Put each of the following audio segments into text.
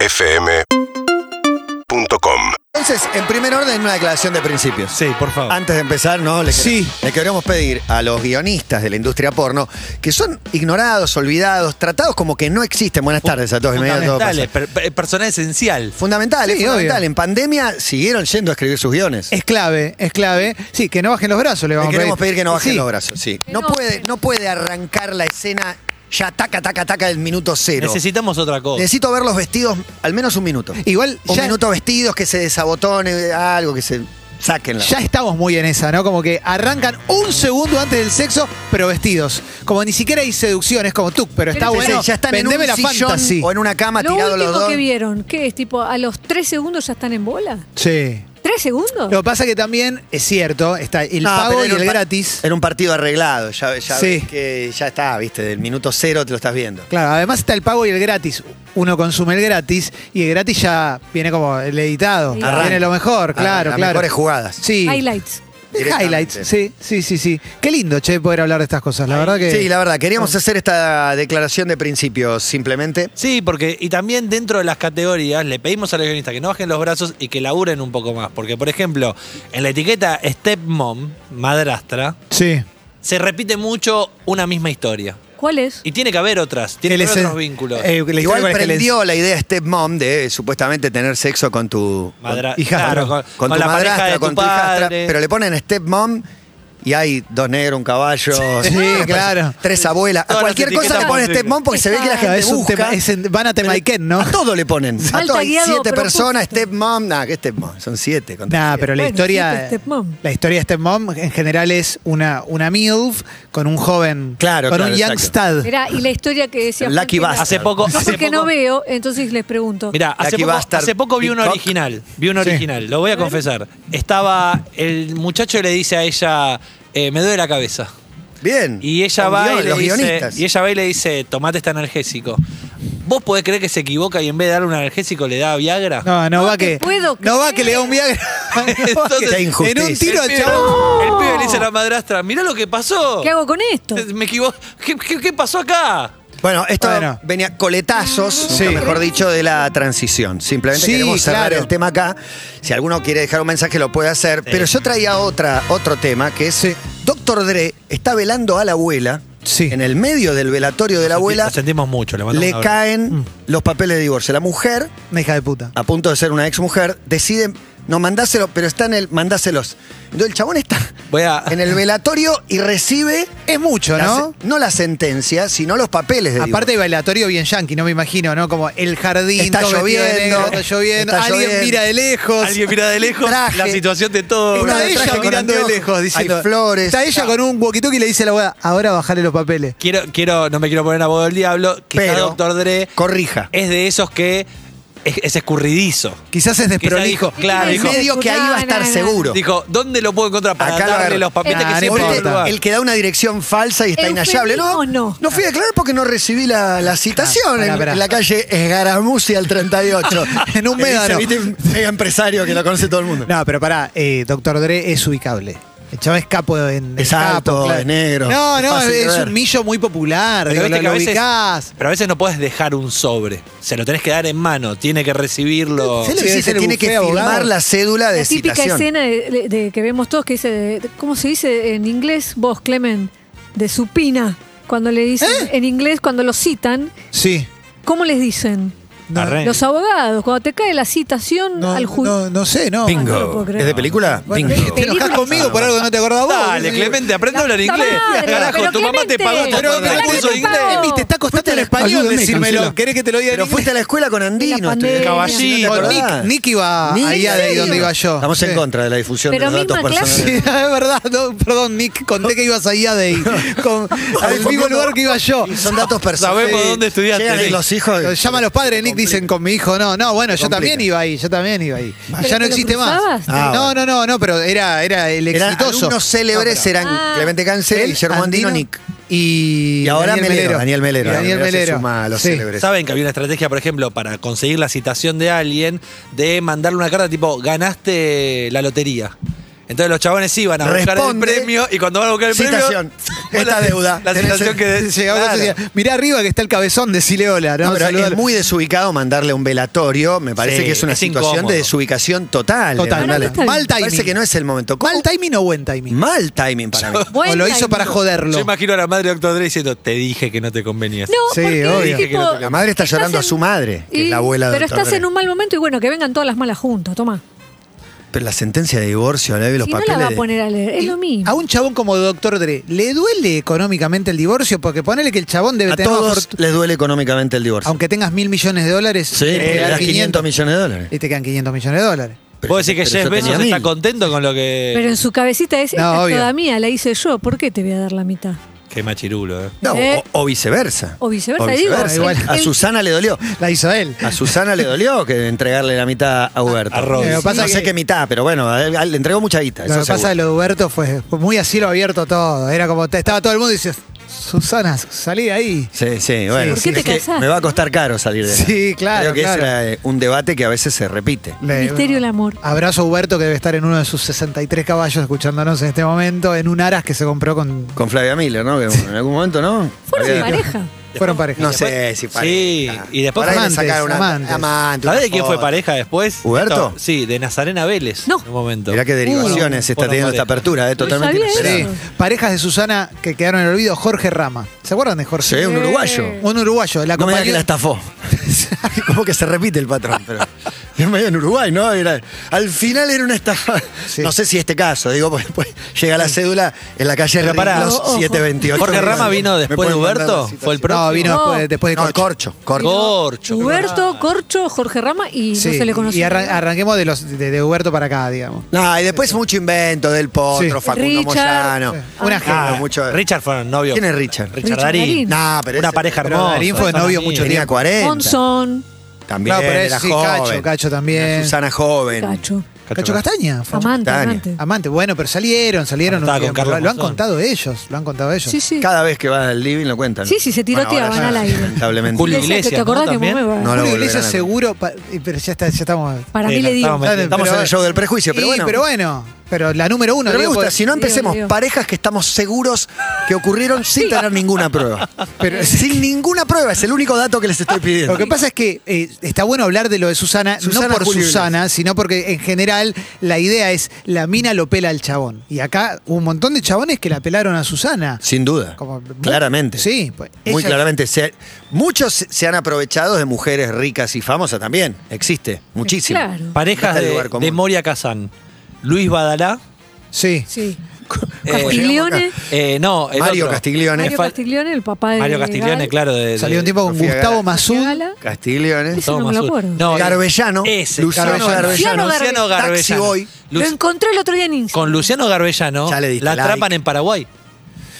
UrbanaPlayFM.com Entonces, en primer orden, una declaración de principios. Sí, por favor. Antes de empezar, ¿no? Le, quere- Sí. le queremos pedir a los guionistas de la industria porno que son ignorados, olvidados, tratados como que no existen. Buenas tardes a todos. bienvenidos a todo Fundamentales, pasa. per- per- personal esencial. Fundamental, es Sí, fundamental. obvio. En pandemia siguieron yendo a escribir sus guiones. Es clave, es clave. Sí, que no bajen los brazos, le Le vamos queremos a pedir. pedir que no bajen Sí. los brazos, sí. No no puede, bajen. no puede arrancar la escena ya taca, taca, taca del minuto cero. Necesitamos otra cosa. Necesito ver los vestidos al menos un minuto. Igual Un ya, minuto vestidos, que se desabotone, algo, que se saquen la. ya estamos muy en esa, ¿no? Como que arrancan un segundo antes del sexo, pero vestidos. Como ni siquiera hay seducción, es como tú, pero está Pero bueno. Este ya están en un vendeme la sillón fantasy. o en una cama Lo tirados los último dos. que vieron, ¿qué es? Tipo, a los tres segundos ya están en bola. Sí. ¿Tres segundos? Lo que pasa que también es cierto, está el No, pero pago y era el un pa- gratis. Era un partido arreglado, ya, ya Sí. ves que ya está, viste, del minuto cero te lo estás viendo. Claro, además está el pago y el gratis. Uno consume el gratis y el gratis ya viene como el editado. Arranca. Viene lo mejor, claro, Las claro. mejores jugadas. Sí. Highlights. Directamente. Highlights, sí, sí, sí, sí. Qué lindo, che, poder hablar de estas cosas. La verdad que. Sí, la verdad, queríamos hacer esta declaración de principios simplemente. Sí, porque, y también dentro de las categorías, le pedimos a los guionistas que no bajen los brazos y que laburen un poco más. Porque, por ejemplo, en la etiqueta Stepmom, madrastra, Sí. se repite mucho una misma historia. ¿Cuál es? Y tiene que haber otras, tiene que LC. haber otros vínculos. Eh, la historia Igual con el prendió la idea Stepmom de eh, supuestamente tener sexo con tu Madra- hijastra. claro, con- con, con tu la pareja madrastra, de tu con tu hijastra, padre. pero le ponen Stepmom y hay dos negros, un caballo, Sí, tres- claro. tres abuelas. A Todas las cualquier cosa le etiquetas ponen posibles. Stepmom porque se ve que la Está- gente Es un busca. tema- es en- van a Temayquén, ¿no? A todo le ponen. A Falta todo, hay guiado siete propósito. personas, Stepmom, nada, que Stepmom, son siete. con Nah, pero la Bueno, historia. siempre stepmom. La historia de Stepmom en general es una, una MILF con un joven. Claro, Con claro, un exacto. Youngstad. Mirá, y la historia que decía. Lucky Juan que la- Bastard. hace poco. Yo hace porque poco- no veo, entonces les pregunto. Mirá, hace Lucky poco, Bastard, hace poco vi un TikTok. original. Vi un Sí. original, lo voy a confesar. Estaba. El muchacho le dice a ella: eh, Me duele la cabeza. Bien. Y ella Con va guión, y le los dice, guionistas. Y ella va y le dice, tomate este analgésico. ¿Vos podés creer que se equivoca y en vez de darle un analgésico le da Viagra? No, no, No va te que. puedo No va que creer. le da un Viagra. Entonces, Qué injusticia. En un tiro el, al pibe, chabón. el pibe le dice a la madrastra, mirá lo que pasó. ¿Qué hago con esto? Me equivoco. ¿Qué, qué- qué pasó acá? Bueno, esto Bueno. venía coletazos, Sí. nunca mejor dicho, de la transición. Simplemente Sí, queremos cerrar claro. el tema acá. Si alguno quiere dejar un mensaje, lo puede hacer. Pero yo traía otra, otro tema, que es Sí. Doctor Dre está velando a la abuela. Sí. En el medio del velatorio de la abuela Lo sentimos mucho. Le, mandamos le un abrazo. Mm. caen los papeles de divorcio. La mujer, Una hija de puta. a punto de ser una ex mujer, decide no mandárselo, pero está en el mandáselos. Entonces el chabón está Voy a- en el velatorio y recibe Es mucho, la ¿no? se- no la sentencia, sino los papeles de divorcio. Aparte de bailatorio bien yankee, no me imagino, ¿no? Como el jardín, Está todo vestido de lloviendo, negro, está lloviendo, está alguien lloviendo. mira de lejos. Alguien mira de lejos Traje. la situación de todo. Una Está de traje ella con mirando de anteojos, lejos, hay diciendo. flores. Está ella con un walkie-talkie y le dice a la abogada, ahora bajale los papeles. Quiero, quiero, no me quiero poner abogado del diablo, que está Pero- Doctor Dre Corrija. es de esos que es- es escurridizo. Quizás es desprolijo. Quizás dijo, claro, el dijo, medio que ahí va a estar No, no, no. seguro. Dijo, ¿dónde lo puedo encontrar para Acá lo darle agarro. los papeles Ah, que se no fue Ahorita del importa. lugar? el que da una dirección falsa y está Eufemismo inhallable, ¿no? no. fui a declarar porque no recibí la, la citación Ah, pará, en- pará. en la calle Esgaramuzzi al 38. En un Le dice, médano. ¿viste? Un mega empresario que lo conoce todo el mundo. No, pero pará, eh, Doctor Dre es ubicable. El chaval es capo en. Es en capo, alto, es negro, No, no, es es, fácil de ver. un millo muy popular. Pero digo, viste lo, que a lo veces- ubicás. Pero a veces no puedes dejar un sobre. Se lo tenés que dar en mano. Tiene que recibirlo. Se lo Sí, hiciste se en el tiene que bufé, abogado. firmar la cédula de La típica citación. escena de- de- que vemos todos que dice, de- ¿cómo se dice en inglés vos, Clemen? De supina. Cuando le dicen, en inglés, cuando lo citan, Sí. ¿cómo les dicen? Arre. Los abogados, cuando te cae la citación No, al juicio. no, no sé, no. Bingo. No lo puedo creer. ¿Es de película? Bueno, eh, te enojás Película. conmigo por algo que no te acordás vos. Dale, Clemente, aprende a hablar La inglés. madre, Carajo, pero tu mamá te Clemente. pagó hasta Pero por el Clemente curso de te inglés. pagó. Emi, te está costando el español Ayúdame, decírmelo. cancela. ¿Querés que te lo diga en Pero fuiste a la escuela con Andino. pandemia. estuviste- Caballito. ¿No te Con acordás? Nick, Nick iba Nick, ahí ¿en de serio? donde iba yo. Estamos en Sí. contra de la difusión Pero de los datos misma clase. Sí, personales. es verdad, no, perdón Nick, conté que ibas ahí a de con al mismo lugar que iba yo. Son datos personales. Sabemos dónde estudiaste, Llegan ahí Nick. los hijos. Lo llama a los padres, Nick, dicen con mi hijo, no, no, bueno, yo también complica. iba ahí, yo también iba ahí. ¿Pero ya te no lo existe más. cruzabas? Ah, no, no, no, no, pero era, era el Eran exitoso. alumnos célebres eran Ah. Clemente Cancel, Él, Guillermo Andino, Nick. Y, Y ahora Melero, Daniel Melero. Y Daniel se Melero. suma a los Sí. célebres. Saben que había una estrategia, por ejemplo, para conseguir la citación de alguien, de mandarle una carta tipo, ganaste la lotería. Entonces los chabones iban a buscar el Responde. premio y cuando van a buscar el Citación. premio. Esta deuda. La Tenés citación el- que. de- Llegaba el otro claro. día, Mirá arriba que está el cabezón de Sileola. ¿no? No, pero Saludalo. es muy desubicado mandarle un velatorio. Me parece Sí, que es una es situación incómodo. de desubicación total. de Total. mandarle. Está bien. Mal timing. Parece que no es el momento. ¿Cómo? Mal timing o buen timing. Mal timing para mí. Buen o lo hizo timing. para joderlo. Yo imagino a la madre de Doctor Dre diciendo: Te dije que no te convenías. No, Sí, porque es obvio. tipo, La madre está estás llorando a en- su madre, que es y- la abuela de Pero Dr. estás Dre. en un mal momento y bueno, que vengan todas las malas juntas, toma. Pero la sentencia de divorcio, la de los Si no papeles. la va a de- Eh, poner a leer, es lo mismo. A un chabón como Doctor Dre, ¿le duele económicamente el divorcio? Porque ponele que el chabón debe A tener más todos fortuna. les duele económicamente el divorcio. Aunque tengas mil millones de dólares, eh, sí, te porque quedan le das 500 millones de dólares. Y te quedan 500 millones de dólares. ¿Puedo decir que Pero yo Jeff tenía Bezos mil. está contento con lo que. Pero en su cabecita es, No, esta es obvio. toda mía, la hice yo, ¿por qué te voy a dar la mitad? Qué machirulo, ¿eh? No, ¿Eh? o, o viceversa. O viceversa, digo, Igual, el- a el- Susana le dolió. La hizo él. A Susana le dolió que entregarle la mitad a Huberto. A Robin. Lo que pasa no sé que- qué mitad, pero bueno, a él- a él le entregó mucha guita. eso Lo que pasa seguro. de lo de Huberto fue, fue muy a cielo abierto todo. Era como, te- estaba todo el mundo y dices, Susana, salí de ahí. Sí, sí, bueno. ¿Por qué sí, te es que casaste? Me va a costar caro salir de ahí. Sí, claro, Creo que claro. ese era eh, un debate que a veces se repite. Le- Misterio del amor. Abrazo a Huberto que debe estar en uno de sus 63 caballos escuchándonos en este momento, en un aras que se compró con... Con Flavia Miller, ¿no? Que en algún momento, ¿no? Fueron Había- pareja. Fueron pareja. No sé si pareja. Sí, y después Por ahí le amantes, sacaron una- amantes. amante, ¿Sabés una de quién fue foto. pareja después? ¿Huberto? Esto- sí, de Nazarena Vélez. No. En un momento. Mirá qué derivaciones Uh, está fueron teniendo esta pareja. apertura, ¿eh? Totalmente sabía Sí. inesperada. eso. Parejas de Susana que quedaron en el olvido, Jorge Rama. ¿Se acuerdan de Jorge? Sí, un uruguayo. Un uruguayo. La No me digas compañía- que la estafó. Como que se repite el patrón, pero. Es medio en Uruguay, ¿no? Era- al final era una estafa. Sí. No sé si este caso, digo, pues, pues, llega la cédula en la calle Pero pará, Ríos, ojo. 728. Jorge Rama vino ¿Me después de pueden mandar Huberto. la Fue el No, próximo. vino No. después, después de No, Corcho. corcho, corcho. Corcho. Huberto, Corcho, Jorge Rama y Sí, no se le conoce. Y arran- arranquemos de, los, de, de Huberto para acá, digamos. No, y después mucho invento del potro, Sí. Facundo Richard. Moyano. Ah. Una Ah, Claro, mucho- Richard fueron novio. ¿Quién es Richard? Richard Richard Darín. Darín. No, pero Una ese- pareja pero hermosa. Darín fue son novio amigos. mucho Tenía 40. Monzón, También, Claro, pero era sí, joven. Cacho, Cacho también. Era Susana joven. Cacho. Cacho Castaña. fue- Amante, Castaña. amante. Amante, bueno, pero salieron, salieron. Estaba un con tiempo. Carlos lo han Monzón. contado ellos, lo han contado ellos. Sí, sí. Cada vez que va al living lo cuentan. Sí, sí, se tiroteaban ahora ya, al aire. Lamentablemente. Julio Decía, Iglesias, ¿Te acordás ¿no? que También. me- No lo Julio volverán Iglesias a- seguro, pa- eh, pero ya, está, ya estamos. Para Sí, mí Eh, la le digo. estábamos metiendo. Estamos en el show del prejuicio, pero Sí, bueno. pero bueno, pero la número uno. Pero me digo, gusta, pues- si no empecemos, Dios, Dios. parejas que estamos seguros que ocurrieron sin tener ninguna prueba. Pero- sin ninguna prueba, es el único dato que les estoy pidiendo. Lo que pasa es que eh, está bueno hablar de lo de Susana, Susana no por Julio Susana, sino porque en general la idea es la mina lo pela al chabón. Y acá hubo un montón de chabones que la pelaron a Susana. Sin duda. Como- claramente. Sí, pues, Muy ella- claramente. Se- muchos se han aprovechado de mujeres ricas y famosas también. Existe. Muchísimo. Claro. Parejas Está el de, lugar común. de Moria Kazán. Luis Badalá. Sí. Sí. eh, Castiglione. eh, no, el Mario otro. Castiglione. Mario fal- Castiglione, el papá de. Mario Castiglione, Gal. claro. De, de- Salió un tiempo con Sofía Gustavo Gala. Mazú. Gala. Castiglione. Ese no me lo Mazur. acuerdo. No, Garbellano. Ese, Luciano Garbellano. Luciano Luciano Garbellano. Taxi Boy. Lo Lu- encontré el otro día en Instagram. con Luciano Garbellano Ya le diste la like. atrapan en Paraguay.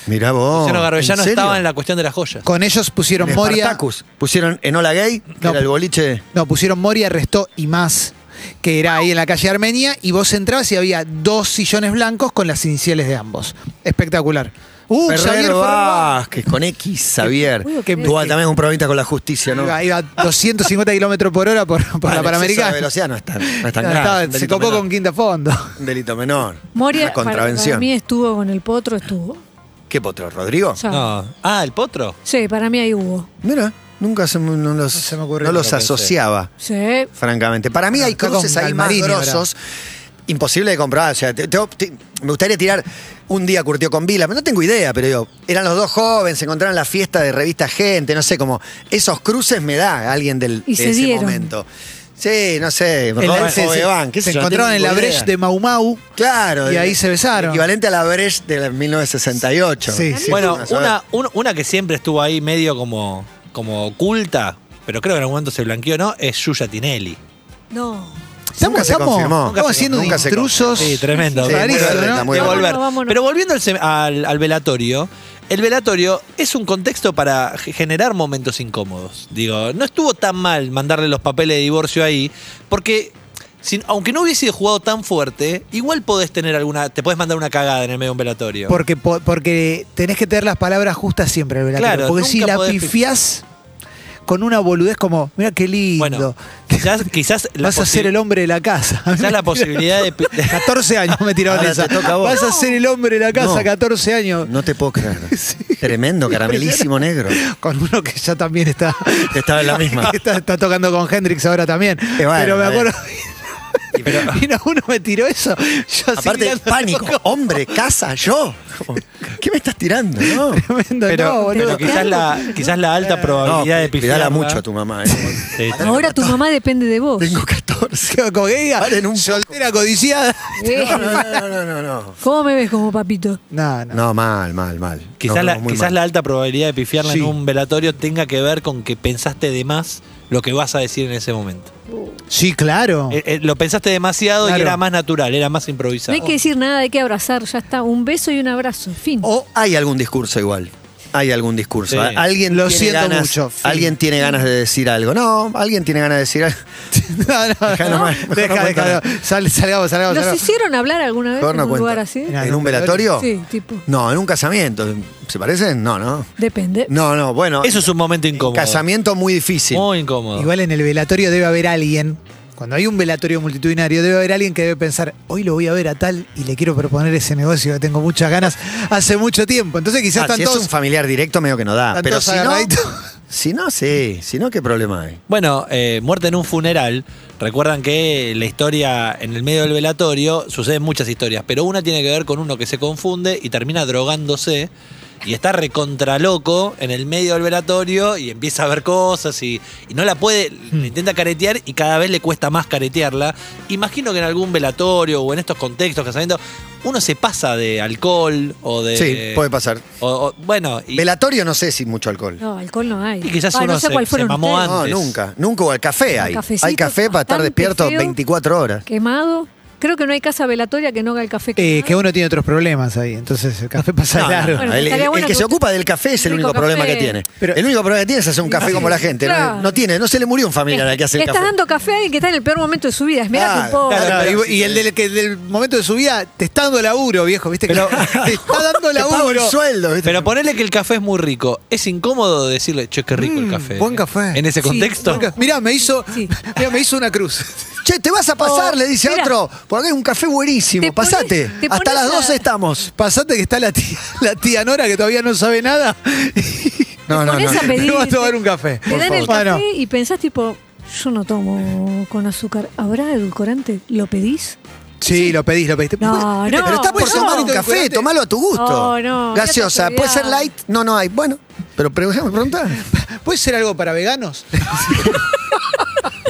Mirá vos. Luciano Garbellano serio? estaba en la cuestión de las joyas. Con ellos pusieron En Moria. Spartacus. Pusieron Enola Gay, que No. era el boliche. No, pusieron Moria, Restó y más, que era ahí en la calle Armenia, y vos entrabas y había dos sillones blancos con las iniciales de ambos. Espectacular. Uh, Ferrer Xavier Ferrer Vázquez. Vázquez, con X, Xavier. Uy, qué- Dual también es un problemita con la justicia, ¿no? Iba, iba a 250 kilómetros por hora por, por Bueno, el exceso la de Panamericana. velocidad no es tan, no es tan Ya grave, estaba- es un se delito copó menor. con quinta fondo. Un delito menor. Moria, Una para- contravención. Para mí estuvo con el potro, estuvo. ¿Qué potro, Rodrigo? O sea, No. Ah, el potro. Sí, para mí ahí hubo. Mira, nunca se, me- no los, No se me ocurrió no lo los que pensé. asociaba, Sí. francamente. Para mí No, hay Ah, está con cruces ahí más Galmarini ahora. grosos. Imposible de comprar. O sea, te- te- te- me gustaría tirar un día curtió con Vila, pero no tengo idea, pero digo, eran los dos jóvenes, se encontraron en la fiesta de revista Gente, no sé, como esos cruces me da alguien del, Y de se ese dieron. momento. Sí, no sé, En la- Rodolfo se- se- Bebán, qué sé se yo, no encontraron en tengo la idea. Breche de Mau Mau. Claro. Y el- ahí se el besaron. Equivalente a la Breche de 1968. Sí, sí. bueno, a saber. una, un- una que siempre estuvo ahí medio como, como oculta, pero creo que en algún momento se blanqueó, ¿no? Es Yuya Tinelli. No. Estamos, Nunca se estamos- confirmó. estamos siendo Nunca se intrusos. Sí, tremendo. Sí, Clarísimo, muy berreta, ¿no? muy De berreta. volver. Vámonos, vámonos. Pero volviendo al, sem- al- al velatorio, el velatorio es un contexto para ge- generar momentos incómodos. Digo, no estuvo tan mal mandarle los papeles de divorcio ahí, porque sin- aunque no hubiese jugado tan fuerte, igual podés tener alguna, te podés mandar una cagada en el medio de un velatorio. Porque, po- porque tenés que tener las palabras justas siempre, ¿verdad? Claro, porque nunca si la podés pi- pifias, con una boludez como, mira qué lindo. Bueno, quizás, quizás la Vas a ser posi- el hombre de la casa. A mí quizás me la posibilidad de, pi- de- 14 años me tiraron Ahora esa. te toca a vos. Vas a ser el hombre de la casa, No. 14 años. No te puedo creer. Tremendo, caramelísimo negro. Con uno que ya también está. Que estaba en la misma. que está, está tocando con Hendrix ahora también. Eh, bueno, Pero me a ver. acuerdo. Y pero- Vino uno, me tiró eso. Yo así Aparte, mirando- pánico. Hombre, casa, yo. ¿Qué me estás tirando? No. Tremendo, no, pero, boludo. pero Eh. quizás la quizás la alta No, probabilidad de pifiarla cuidala mucho a tu mamá. eh. Sí, Ahora tu mamá depende de vos. Tengo 14. Como que diga, Paren un soltera codiciada. Eh, No, no, no, no, no. ¿Cómo me ves como papito? No, no. No, mal, mal, mal. Quizás, No, la, muy quizás mal. la alta probabilidad de pifiarla Sí. en un velatorio tenga que ver con que pensaste de más lo que vas a decir en ese momento. Sí, claro. Eh, eh, lo pensaste demasiado y Claro. era más natural, era más improvisado. No hay que decir nada, hay que abrazar, ya está. Un beso y un abrazo, fin. Oh, O hay algún discurso igual. Hay algún discurso. Sí. A- Alguien Lo tiene siento ganas, mucho, fin. Alguien tiene ganas de decir algo. No, alguien tiene ganas de decir algo. no, no, Dejá no. nomás, mejor Deja, no deja, cuenta. no. Sal- salgamos, salgamos, ¿Los salgamos. hicieron hablar alguna vez Mejor en no Eh. un cuenta. lugar así? Mira. ¿En un velatorio? Sí, tipo. No, en un casamiento. ¿Se parecen? No, no. Depende. No, no, bueno. Eso es un momento incómodo. Casamiento muy difícil. Muy incómodo. Igual en el velatorio debe haber alguien. Cuando hay un velatorio multitudinario, debe haber alguien que debe pensar, hoy lo voy a ver a tal y le quiero proponer ese negocio que tengo muchas ganas hace mucho tiempo. Entonces quizás Ah, están si es todos. un familiar directo, medio que no da. están Pero todos si no, agarraditos. si no, sí. Si no, ¿qué problema hay? Bueno, eh, muerte en un funeral. Recuerdan que la historia en el medio del velatorio suceden muchas historias, pero una tiene que ver con uno que se confunde y termina drogándose y está recontra loco en el medio del velatorio y empieza a ver cosas y, y no la puede, Hmm. le intenta caretear y cada vez le cuesta más caretearla. Imagino que en algún velatorio o en estos contextos, casamientos, uno se pasa de alcohol o Eh, de. sí, puede pasar. o- o- bueno, y, Velatorio no sé si mucho alcohol. No, alcohol no hay. Y quizás Ah, uno no sé se- cuál se fueron mamó ustedes. antes. No, nunca. Nunca. O el café hay. Cafecito hay café para estar bastante despierto feo. 24 horas. Quemado. Creo que no hay casa velatoria que no haga el café quemado. Eh, que uno tiene otros problemas ahí. Entonces el café pasa No, no, largo. Bueno, el, estaría el bueno que que se usted- ocupa del café es el Rico único problema café. que tiene. Pero- el único problema que tiene es hacer un café Sí. como la gente. no- Claro. No, tiene, no se le murió un familiar al que hace Le el estás café. dando café a alguien que está en el peor momento de su vida. Es mira Claro, tu pobre. Claro, Claro, y, y el del, que del momento de su vida te está dando laburo, viejo, ¿viste? que te está dando Te pago el laburo. sueldo, ¿viste? Pero ponerle que el café es muy rico. Es incómodo decirle, che, qué rico el Mm, café. buen café. En ese Sí, contexto. no. Mirá, me hizo, Sí. mirá, me hizo una cruz. Che, te vas a pasar, O- le dice a Mira. otro. Porque es un café buenísimo. Oh, Te pones- Pasate. te Hasta pones las a- 12 estamos. Pasate que está la tía, la tía Nora que todavía no sabe nada. No, no, Pones no. a pedir. Vamos a tomar un café. Te dan Por el favor. café Bueno. y pensás, tipo, yo no tomo con azúcar. ¿Habrá edulcorante? ¿Lo pedís? Sí, lo pedís, lo pediste. No, no. Pero estás por Pues no. tomar un café, tomalo a tu gusto. No, Oh, no, Gaseosa, mira tu puede ser seguridad. light, no, no hay. Bueno, pero pre- déjame preguntar. ¿Puede ser algo para veganos?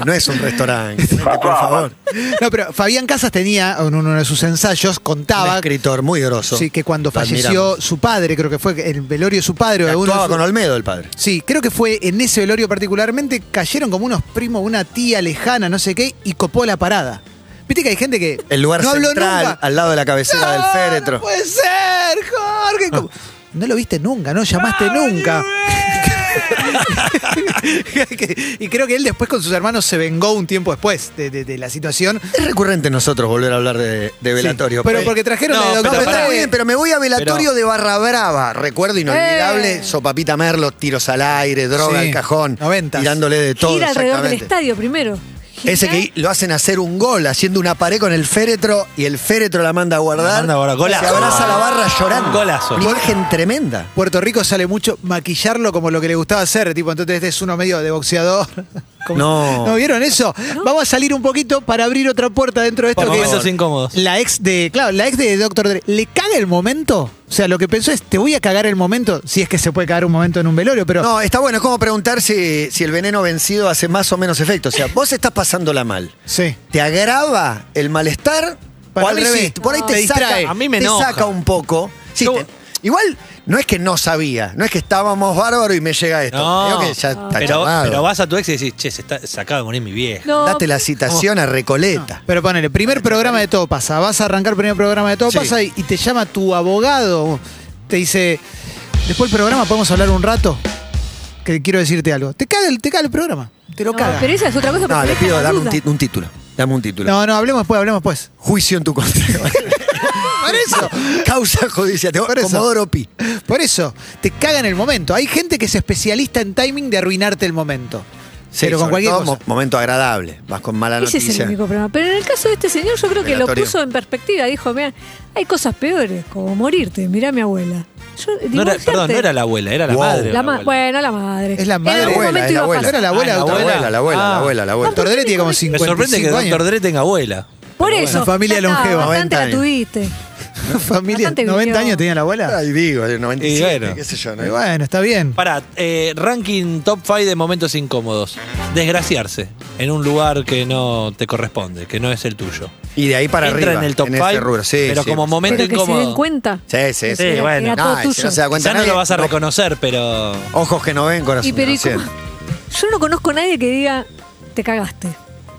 No es un restaurante, por favor. No, pero Fabián Casas tenía, en uno de sus ensayos, Un contaba escritor muy grosso. sí, que cuando Lo falleció admiramos. su padre, creo que fue el velorio de su padre. o de uno de Actuaba su- con Olmedo el padre. Sí, creo que fue en ese velorio particularmente, cayeron como unos primos, una tía lejana, no sé qué, y copó la parada. Viste que hay gente que El lugar no habló central, nunca. al lado de la cabecera del ¡No, féretro. Ah. No puede ser, Jorge. ¿cómo? No lo viste nunca, no llamaste nunca. y creo que él después con sus hermanos se vengó un tiempo después de, de- de la situación. Es recurrente en nosotros volver a hablar de, de velatorio. Sí, pero porque trajeron No, la pero No, doctora. pero está pará. muy bien, pero me voy a velatorio Pero- de Barra Brava. Recuerdo inolvidable, Eh. sopapita merlo, tiros al aire, droga Sí, al cajón, noventas. tirándole de todo. Gira alrededor del exactamente. estadio primero. Ese Gira. que lo hacen hacer un gol haciendo una pared con el féretro y el féretro la manda a guardar. La manda a guardar. Golazo. Se abraza a la barra llorando. Golazo. Una Imagen tremenda. Puerto Rico sale mucho maquillarlo como lo que le gustaba hacer, tipo, entonces este es uno medio de boxeador. Como- No. ¿No vieron eso? Vamos a salir un poquito para abrir otra puerta dentro de esto Por que momentos incómodos. La ex de, claro, la ex de Doctor Dre, ¿le caga el momento? O sea, lo que pensó es, te voy a cagar el momento, si es que se puede cagar un momento en un velorio, pero No, está bueno, es como preguntar si, si el veneno vencido hace más o menos efecto. O sea, vos estás pasándola mal. sí. ¿Te agrava el malestar? Para o al mí revés, sí. por ahí No. te, Te distrae. saca, A mí me te enoja. saca un poco. Sí, Yo- te- igual no es que no sabía, no es que estábamos bárbaros y me llega esto. No. Creo que Ah. ya está pero, charlado. pero vas a tu ex y decís, che, se, está- se acaba de morir mi vieja. No, Date la citación a Recoleta. Pero ponele, primer programa de Todo Pasa, vas a arrancar primer programa de Todo Sí. Pasa y, y te llama tu abogado, te dice, después del programa podemos hablar un rato, que quiero decirte algo. Te caga el, te caga el programa, te lo no, caga. pero esa es otra cosa. No, porque le deja pido la dame un, duda. ti- un título. Dame un título. No, no, hablemos después, hablemos después. Juicio en tu contra. Por eso. Causa judicial. Te- Por eso. Comodoro Pi. Por eso, te cagan el momento. Hay gente que es especialista en timing de arruinarte el momento. Sí, Pero con sobre cualquier todo, cosa. mo- momento agradable. Vas con mala Ese es noticia. el único problema. Pero en el caso de este señor, yo creo que lo Velatorio. puso en perspectiva. Dijo, mira, hay cosas peores, como morirte. Mirá a mi abuela. Yo, No era- divorciarte. perdón, no era la abuela, era la Wow. madre. de La ma- abuela. bueno, la madre. Es la madre. En algún Abuela, es momento la iba a abuela. pasar. Era la abuela Ah, de La otra abuela. abuela, la abuela, Ah. la abuela, la No, abuela. pero- Tordere tiene como Me Me 55 sorprende que el años. doctor Dre tenga abuela. Por Pero eso. Una familia ya está, longeva. Bastante 90 la años. tuviste. Familia, Bastante 90 vivió. años tenía la abuela. Ay, digo, de 97, Y bueno. qué sé yo. ¿no? Y bueno, está bien. Para, eh, ranking top 5 de momentos incómodos. Desgraciarse en un lugar que no te corresponde, que no es el tuyo. Y de ahí para Entra arriba. en el top ese 5, rubro. Sí, pero sí, como por momento Pero que se incómodo. den cuenta. supuesto. Sí, sí, sí. Sí, bueno. Era No, todo y si tuyo. no se da cuenta Quizá no nadie, lo vas a no. reconocer, pero. Ojos que no ven, corazón Y pero, que ¿y no siente. cómo? Yo no conozco a nadie que diga, te cagaste.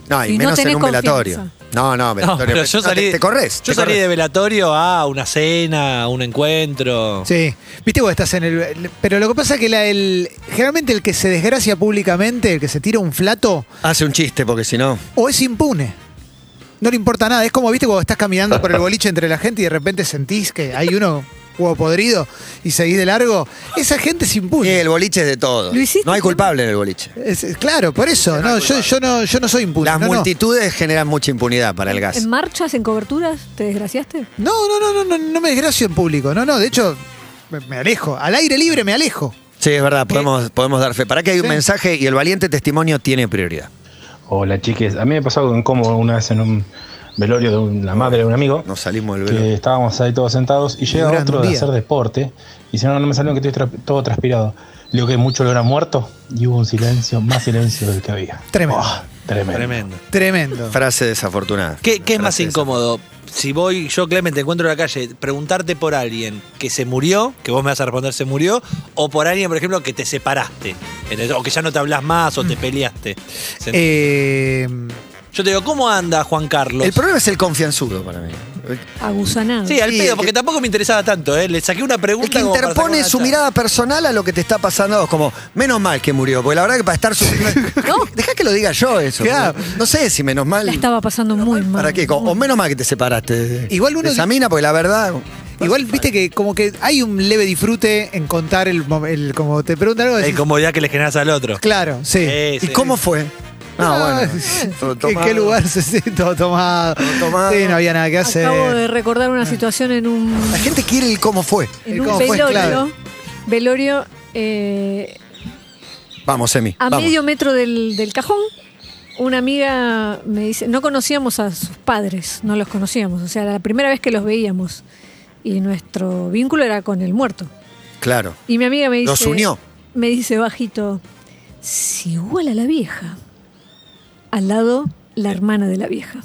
No, y, Y no menos tenés en un velatorio. confianza. No, no, No, velatorio. pero yo pues, no, te- salí. te, corres. Yo salí de velatorio a una cena, a un encuentro. Sí, viste vos estás en el... Pero lo que pasa es que la, el, generalmente el que se desgracia públicamente, el que se tira un flato, Hace un chiste, porque si no. o es impune. No le importa nada. Es como, viste, cuando estás caminando por el boliche entre la gente y de repente sentís que hay uno huevo podrido y seguís de largo. Esa gente es Y impune. el boliche es de todo. Lo hiciste, No hay ¿no? culpable en el boliche. Es- es- claro, por eso. No, yo, yo, no, yo no soy impune. Las no, no. multitudes generan mucha impunidad para el gas. ¿En marchas, en coberturas? ¿Te desgraciaste? No, no, no, no, no, no me desgracio en público. No, no, de hecho, me, me alejo. Al aire libre me alejo. Sí, es verdad, podemos, podemos dar fe. Para que hay un Sí. mensaje y el valiente testimonio tiene prioridad. Hola chiques, a mí me pasó algo incómodo una vez en un velorio de un- la madre de un amigo. Nos salimos del que velo. estábamos ahí todos sentados y llega Durante otro un de día. hacer deporte y dice, no, no me salió que estoy tra- todo transpirado. Le digo que mucho lo era muerto y hubo un silencio, más silencio del que había. Tremendo. Oh, tremendo. Tremendo. Tremendo. Frase desafortunada. ¿Qué, qué es más Frase incómodo? Si voy, yo Clemente, te encuentro en la calle, preguntarte por alguien que se murió, que vos me vas a responder se murió, o por alguien, por ejemplo, que te separaste, ¿entendés? o que ya no te hablas más, o Mm. te peleaste. ¿Se entiende? Eh, yo te digo, ¿cómo anda Juan Carlos? El problema es el confianzudo para mí. Agusanado. sí, al sí, el pedo, que- porque tampoco me interesaba tanto, ¿eh? Le saqué una El pregunta. que como para sacar interpone una su charla. mirada personal a lo que te está pasando es como, menos mal que murió, porque la verdad que para estar... Su... No. Deja que lo diga yo eso. Claro. No sé si menos mal... La estaba pasando muy mal. ¿Para qué? O menos mal que te separaste. Igual uno- Examina, porque la verdad... igual, viste que como que hay un leve disfrute en contar el, mom- el- como te preguntan algo. La decís, incomodidad que le generas al otro. claro, sí. Sí, ¿Y sí. cómo fue? Ah, Ah, ¿En bueno. qué lugar se sí, todo tomado? tomado. Sí, no había nada que hacer. Acabo de recordar una situación en un, La gente quiere el cómo fue. en El un cómo fue, velorio. claro. Velorio eh, Vamos, Emi. a vamos. medio metro del, del cajón. Una amiga me dice, no conocíamos a sus padres, no los conocíamos, o sea, era la primera vez que los veíamos y nuestro vínculo era con el muerto. Claro. Y mi amiga me dice. Los unió. Me dice bajito. Si igual a la vieja. Al lado, la hermana de la vieja.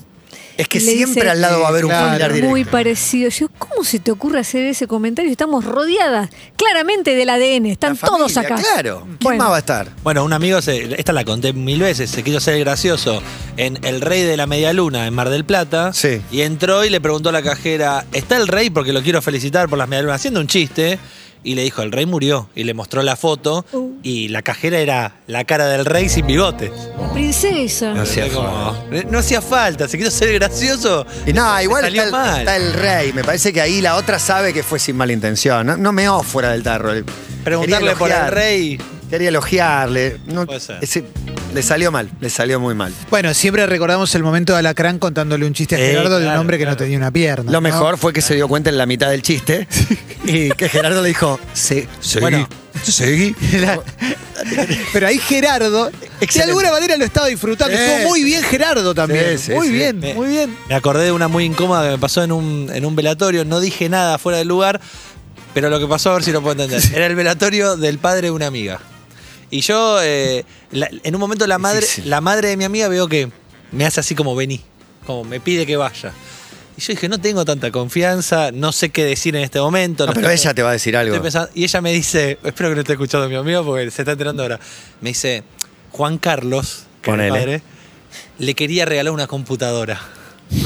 Es que Le siempre dice- al lado va a haber un Claro. familiar directo. Muy parecido. Yo, ¿cómo se te ocurre hacer ese comentario? Estamos rodeadas claramente del ADN. Están La familia, todos acá. Claro. ¿Quién Bueno. más va a estar? Bueno, un amigo, se- esta la conté mil veces, se quiso ser gracioso en El Rey de la Media Luna, en Mar del Plata. Sí. Y entró y le preguntó a la cajera, ¿está el rey? Porque lo quiero felicitar por las medialunas, haciendo un chiste. Y le dijo, el rey murió. Y le mostró la foto. Uh. Y la cajera era la cara del rey sin bigote. La princesa. No hacía Fue como, falta. No hacía falta, se quiso ser gracioso. Y no, igual salió está el, mal. está el rey. Me parece que ahí la otra sabe que fue sin mala intención. No, no me o fuera del tarro. Preguntarle Quería por el elogiar, rey. Quería elogiarle. No, Puede ser. ese- le salió mal, le salió muy mal. Bueno, siempre recordamos el momento de Alacrán contándole un chiste a Eh, Gerardo de un claro, hombre que claro. no tenía una pierna. Lo ¿no? mejor fue que se dio cuenta en la mitad del chiste y que Gerardo le dijo, sí, seguí, Bueno. seguí. La- Pero ahí Gerardo, de Excelente. alguna manera lo estaba disfrutando. Sí, Estuvo muy bien Gerardo también. Sí, sí, muy sí. bien, Me- muy bien. Me acordé de una muy incómoda que me pasó en un, en un velatorio. No dije nada fuera del lugar, pero lo que pasó, a ver si lo puedo entender. Era el velatorio del padre de una amiga. Y yo, eh, la- en un momento, la madre, Difícil. la madre de mi amiga veo que me hace así como vení, como me pide que vaya. Y yo dije, no tengo tanta confianza, no sé qué decir en este momento. No, no Ah, pero sé- ella te va a decir algo. Estoy pensando- y ella me dice, espero que no esté escuchando mi amigo porque se está enterando ahora. Me dice, Juan Carlos, que era el Ponele. padre, le quería regalar una computadora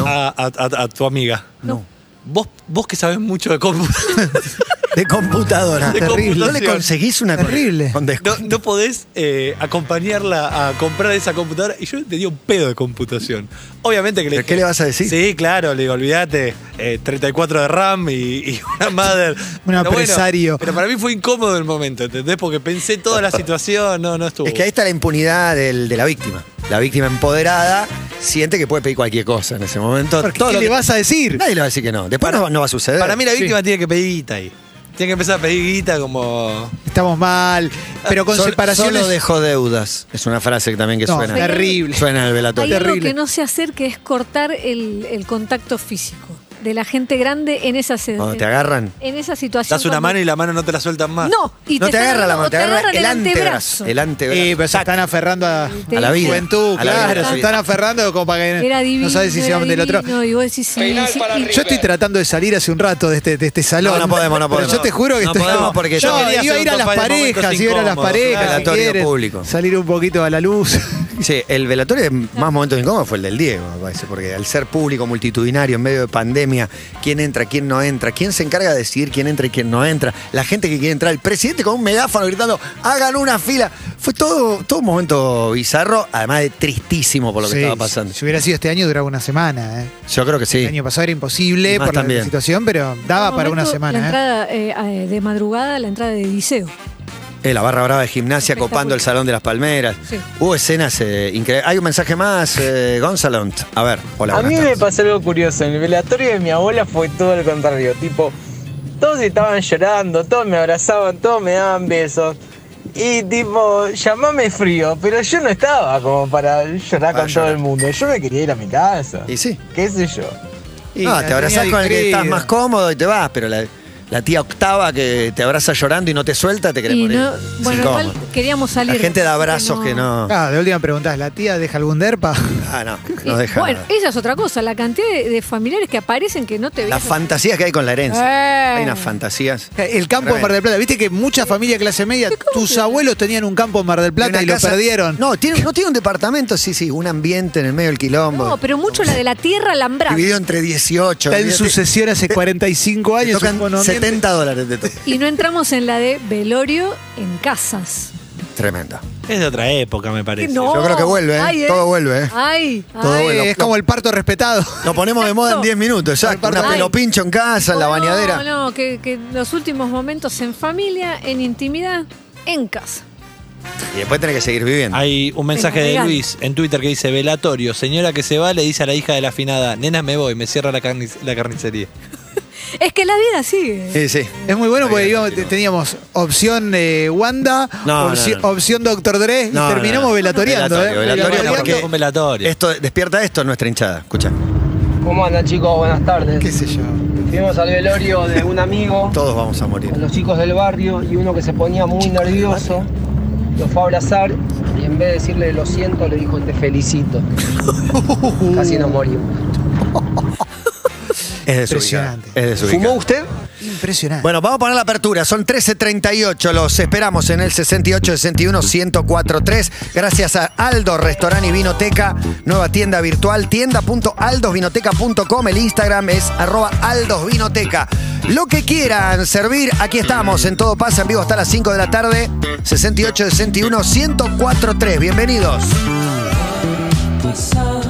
a, a- a- a tu amiga. No. Vos, vos que sabés mucho de computadoras. de computadora. De Terrible. ¿No le computación. conseguís una con- Terrible. con No, descuento? no podés eh, acompañarla a comprar esa computadora. Y yo tenía un pedo de computación. Obviamente que le ¿Pero dije, qué le vas a decir? Sí, claro, le digo, olvídate, eh, 34 de RAM y, y una madre. Un Pero bueno, apresario. pero para mí fue incómodo el momento, ¿entendés? Porque pensé toda la situación, no, no estuvo. Es que ahí está la impunidad del- de la víctima. La víctima empoderada siente que puede pedir cualquier cosa en ese momento. Porque, Todo ¿Qué lo le que- vas a decir? Nadie le va a decir que no. Después no, va- no va a suceder. para mí la víctima tiene que pedir guita ahí. Tiene que empezar a pedir guita como... Estamos mal. Pero con Sol- separaciones. Solo dejó deudas. Es una frase que también que No, suena. terrible. Suena en el Hay velatorio. algo Terrible. que no se hacer que es cortar el, el contacto físico de la gente grande en esa se- Cuando te agarran. en esa situación. Das una cuando- mano y la mano no te la sueltan más. No, y no te, están agarra la agarrando- mano, o te agarra agarran el antebrazo. El antebrazo. Eh, pero se están aferrando a. Te a la vida. Juventud, A la vida, a la claro, se vida. están aferrando como para que Era divino. no sabes si se era van del otro. divino, Y vos decís, sí, sí, y- Yo estoy tratando de salir hace un rato de este, de este salón. No, no podemos, no Pero podemos. yo te juro que No estoy. podemos porque yo yo quería iba a hacer ir a un las papel de parejas, momentos iba a ir a las incómodos, parejas. claro. si Relatorio quieres, público. Salir un poquito a la luz. Sí, el velatorio de más momentos incómodos fue el del Diego, me parece, porque al ser público, multitudinario, en medio de pandemia, quién entra, quién no entra, quién se encarga de decidir quién entra y quién no entra, la gente que quiere entrar, el presidente con un megáfono gritando, hagan una fila. Fue todo, todo un momento bizarro, además de tristísimo por lo que Sí, estaba pasando. Si hubiera sido este año, duraba una semana. eh. Yo creo que El sí. año pasado era Y imposible más por la- la también. situación, pero daba un para una momento, La semana. eh. entrada eh, eh, de madrugada, la entrada de Liceo. Eh, la barra brava de gimnasia copando el Salón de las Palmeras. Sí. Hubo escenas eh, increíbles. Hay un mensaje más, eh, Gonzalo. A ver, hola. A buenas mí me tardes. pasó algo curioso. En el velatorio de mi abuela fue todo lo contrario. Tipo, todos estaban llorando, todos me abrazaban, todos me daban besos. Y tipo, llamame frío, pero yo no estaba como para llorar Para con llorar. todo el mundo. Yo me quería ir a mi casa. Y sí. ¿Qué sé yo? Y No, la te abrazás tenía con el que digerida. estás más cómodo y te vas, pero la, la tía octava que te abraza llorando y no te suelta, te querés Y morir. no, Es bueno, incómodo. igual queríamos salir. La gente da así que abrazos que no. Claro, de última preguntás, ¿la tía deja algún derpa? Ah, no, no deja. Eh, Bueno, nada. esa es otra cosa, la cantidad de, de familiares que aparecen que no te Las veías. fantasías que hay con la herencia. Eh. Hay unas fantasías. El campo en Mar del Plata, viste que mucha familia clase media, tus abuelos tenían un campo en Mar del Plata Una y lo casa- perdieron. No, tiene, no tiene un departamento, sí, sí, un ambiente en el medio del quilombo. No, pero mucho la de la tierra alambrada. Dividido entre 18. Está en olvídate. sucesión hace 45 Te años. un tocan monoambiente. 70 dólares de todo. Y no entramos en la de velorio en casas. Tremendo. Es de otra época, me parece. No. Yo creo que vuelve, ¿eh? Ay, eh. Todo vuelve, ¿eh? Ay, Todo ay. bueno. Eh, es como el parto respetado. Nos ponemos de moda en 10 Exacto. minutos, exacto. Una Ay. pelopincho en casa, en la No, bañadera. Oh, No, que, que los últimos momentos en familia, en intimidad, en casa. Y después tenés que seguir viviendo. Hay un mensaje de Real. Luis en Twitter que dice, velatorio, señora que se va le dice a la hija de la afinada, nena me voy, me cierra la, carnic- la carnicería. Es que la vida sigue. Sí, sí. Es muy bueno porque Ahí, digamos, tranquilo. teníamos opción eh, Wanda, No, opci- no, no. opción Doctor Dre No, y no, terminamos no. velatoriando. Velatorio, eh. velatorio, Velatoriando. porque- un velatorio. Esto, despierta esto nuestra hinchada. Escucha. ¿Cómo andan chicos? Buenas tardes. ¿Qué sé yo? Fuimos al velorio de un amigo. Todos vamos a morir. a los chicos del barrio y uno que se ponía muy nervioso lo fue a abrazar y en vez de decirle lo siento le dijo te felicito. Casi nos morimos. Es desubicado. Impresionante. Es desubicado. ¿Fumó usted? Impresionante. Bueno, vamos a poner la apertura. Son 13.38. Los esperamos en el 6861-1043. Gracias a Aldo Restaurante y Vinoteca, nueva tienda virtual, tienda.aldosvinoteca.com. El Instagram es arroba aldosvinoteca. Lo que quieran servir, aquí estamos. En todo pasa en vivo hasta las 5 de la tarde. 6861-1043. Bienvenidos. pasar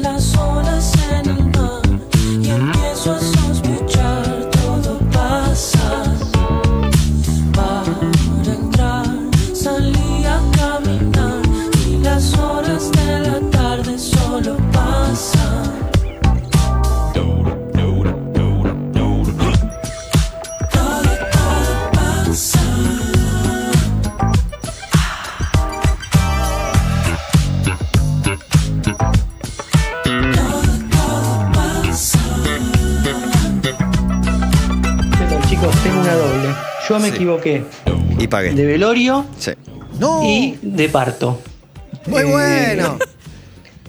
las olas en el mar y empiezo a sospechar todo pasa para entrar salí a caminar y las horas de la tarde solo pasan todo todo pasa Chicos, tengo una doble. Yo me Sí. equivoqué. Y pagué. De velorio Sí. no. y de parto. Muy Eh, bueno.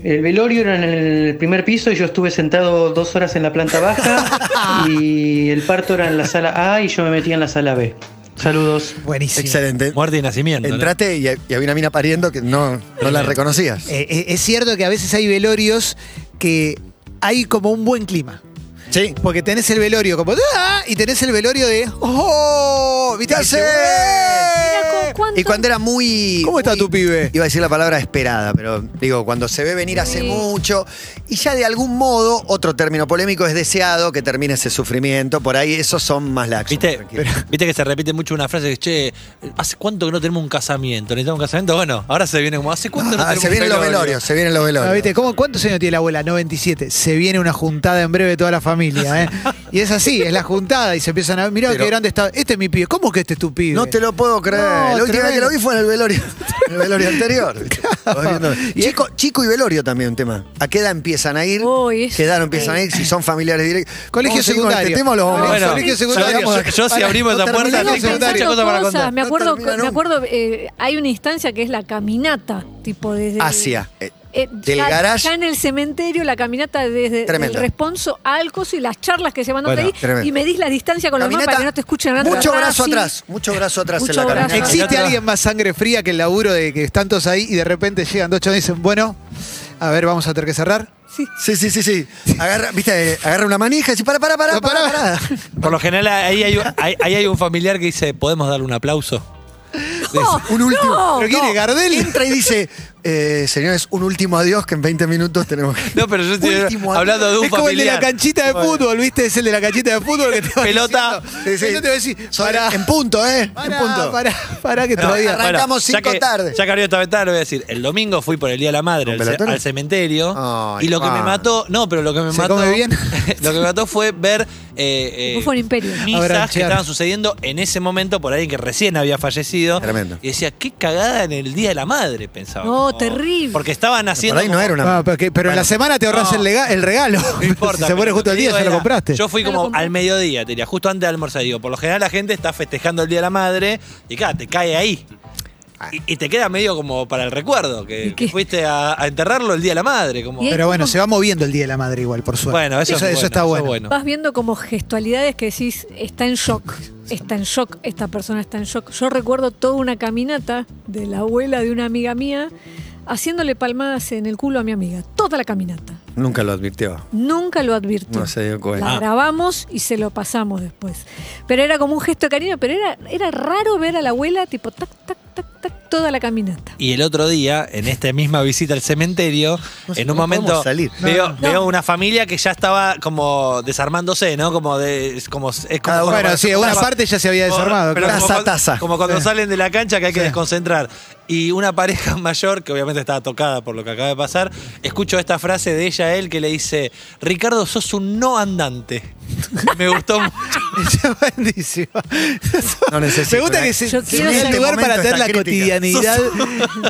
El velorio era en el primer piso y yo estuve sentado dos horas en la planta baja y el parto era en la sala A y yo me metía en la sala B. Saludos. Buenísimo. Excelente. Muerte y nacimiento. ¿no? Entrate y, y había una mina pariendo que no, no Eh, la reconocías. Eh, eh, es cierto que a veces hay velorios que hay como un buen clima. Sí. Porque tenés el velorio como ¡ah! y tenés el velorio de ¡Oh! ¿Viste? ¿Qué Que hace? dice, Mirá cómo- cuánto- Y cuando era muy. ¿Cómo está muy- tu pibe? Iba a decir la palabra esperada, pero digo, cuando se ve venir hace Sí. mucho. Y ya de algún modo, otro término polémico es deseado que termine ese sufrimiento. Por ahí esos son más laxos. ¿Viste, tranquilo. Viste que se repite mucho una frase que, che, ¿hace cuánto que no tenemos un casamiento? ¿Necesitamos un casamiento? Bueno, ahora se viene como, ¿hace cuánto no Ah, tenemos se un vienen los velorio? velorios, se vienen los velorios. Ah, ¿viste? ¿Cómo, ¿Cuántos años tiene la abuela? 97. Se viene una juntada en breve de toda la familia. ¿eh? Y es así, es la juntada y se empiezan a ver, mirá Pero- qué grande está. Este es mi pibe. ¿Cómo que este es tu pibe? No te lo puedo creer. No, la última vez que tremendo. lo vi fue en el velorio. En el velorio anterior. Y chico, chico y velorio también un tema. ¿A qué edad empiezan a ir? Uy, es- ¿Qué edad no empiezan a ir? Si son familiares directos. Colegio Vamos a seguir con secundario. Ah, Este tema, o lo vamos a- Bueno, colegio Ya secundario. llegamos acá. Yo- yo si Pará, abrimos no esa puerta, terminamos tengo el pensando muchas secundario. cosas para contar. Me No acuerdo, termina me nunca. acuerdo eh, hay una instancia que es la caminata, tipo desde... Asia. Eh, Del ya- garage. ya en el cementerio, la caminata desde el Tremendo. responso al coso y las charlas que se mandan Bueno, ahí. tremendo. Y medís la distancia con los demás Caminata, para que no te escuchen nada. Mucho brazo atrás, mucho brazo atrás Mucho en la brazo caminata. atrás. ¿Existe Ah. alguien más sangre fría que el laburo de que están todos ahí y de repente llegan dos chavos y dicen, bueno, a ver, vamos a tener que cerrar? Sí, sí, sí, sí. Agarra, viste, eh, agarra una manija y dice, para, para, para, No, para, pará. para. Por lo general, ahí hay, ahí- ahí hay un familiar que dice, ¿podemos darle un aplauso? Un último. no. ¿Pero quién es, Gardel? Entra y dice, eh, señores, un último adiós que en 20 minutos tenemos que. No, pero yo estoy Último hablando de un es como el de la familiar. canchita de fútbol, ¿viste? Es el de la canchita de fútbol que te va Pelota. diciendo. Yo te voy a decir, Soy- pará, En punto, ¿eh? en pará, punto. pará, pará, que Pero todavía... arranca- Arrancamos ya cinco que- tarde. Ya que abrió esta ventana, le voy a decir. El domingo fui por el Día de la Madre ¿Con al, ce- velatorio? al cementerio. Ay, y lo que me Juan. mató. No, pero lo que me ¿Se mató. come bien? lo que me mató fue ver. eh, eh, Bufo en Imperio. Misas que Abranchear. estaban sucediendo en ese momento por alguien que recién había fallecido. Tremendo. Y decía, qué cagada en el Día de la Madre, pensaba. No, Como- terrible. Porque estaban haciendo. Por ahí no como- era una. Ah, pero que- pero en la semana te ahorras No. el, lega- el regalo. No importa. si se muere pero justo el te día, digo ya lo era- compraste. Yo fui Ya lo como compré. al mediodía, te diría, justo antes de almorzar. Digo, por lo general la gente está festejando el Día de la Madre y claro, te cae ahí. Y, y te queda medio como para el recuerdo, que, ¿Y qué? que fuiste a, a enterrarlo el Día de la Madre. Como, Y- Pero bueno, se va moviendo el Día de la Madre igual, por suerte. bueno, eso, es bueno, está eso bueno. es Vas viendo como gestualidades que decís, está en shock, está en shock, esta persona está en shock. Yo recuerdo toda una caminata de la abuela de una amiga mía haciéndole palmadas en el culo a mi amiga. Toda la caminata. Nunca lo advirtió. Nunca lo advirtió. No se dio cuenta. La Ah. grabamos y se lo pasamos después. Pero era como un gesto de cariño, pero era, era raro ver a la abuela tipo tac, tac, tac, tac, toda la caminata. Y el otro día, en esta misma visita al cementerio, No sé, en un no momento podemos salir. Veo, no. veo una familia que ya estaba como desarmándose, ¿no? Como de. Es como, es como Cada uno Ah, Bueno, Bueno, sí, una taza- parte ya se había Como- desarmado. pero claro. como Taza, cuando- taza. Como cuando Sí. salen de la cancha que hay que Sí. desconcentrar. Y una pareja mayor, que obviamente estaba tocada por lo que acaba de pasar, escucho esta frase de ella a él que le dice, Ricardo, sos un no andante. Me gustó mucho. Esa es buenísima. No necesito, Me gusta ¿eh? que se, Yo se quiero den saber- lugar Este momento para tener está la crítica. cotidianidad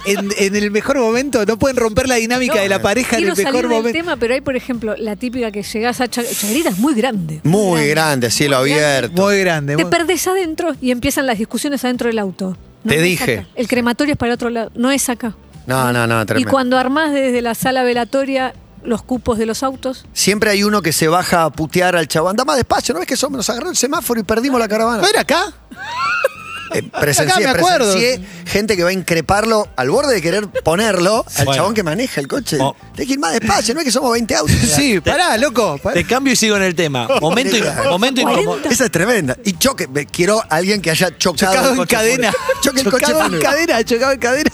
en, en el mejor momento. No pueden romper la dinámica No, de la pareja en Quiero el salir mejor del momento. tema, pero hay, por ejemplo, la típica que llegás a Cha- Chagrita, es muy grande. Muy grande, cielo abierto. Muy grande. Te muy- perdés adentro y empiezan las discusiones adentro del auto. Te No, no es dije. acá. El crematorio es para otro lado, no es acá. No, no, no, Y tremendo. cuando armás desde la sala velatoria los cupos de los autos, Siempre hay uno que se baja a putear al chabón. Anda más despacio, ¿no ves que somos? Nos agarró el semáforo y perdimos la caravana. ¿No era acá? Eh, presencié, Acá me acuerdo. presencié gente que va a increparlo al borde de querer ponerlo al Bueno. chabón que maneja el coche. Oh. Te que ir más despacio, ¿no es que somos 20 autos? Sí, pará, loco. pará. Te cambio y sigo en el tema. Momento, in- momento incomodo. Esa es tremenda. Y choque, me- quiero a alguien que haya chocado, Chocado el en coche cadena. fúnebre. Choque el coche Chocado en fúnebre. cadena, chocado en cadena.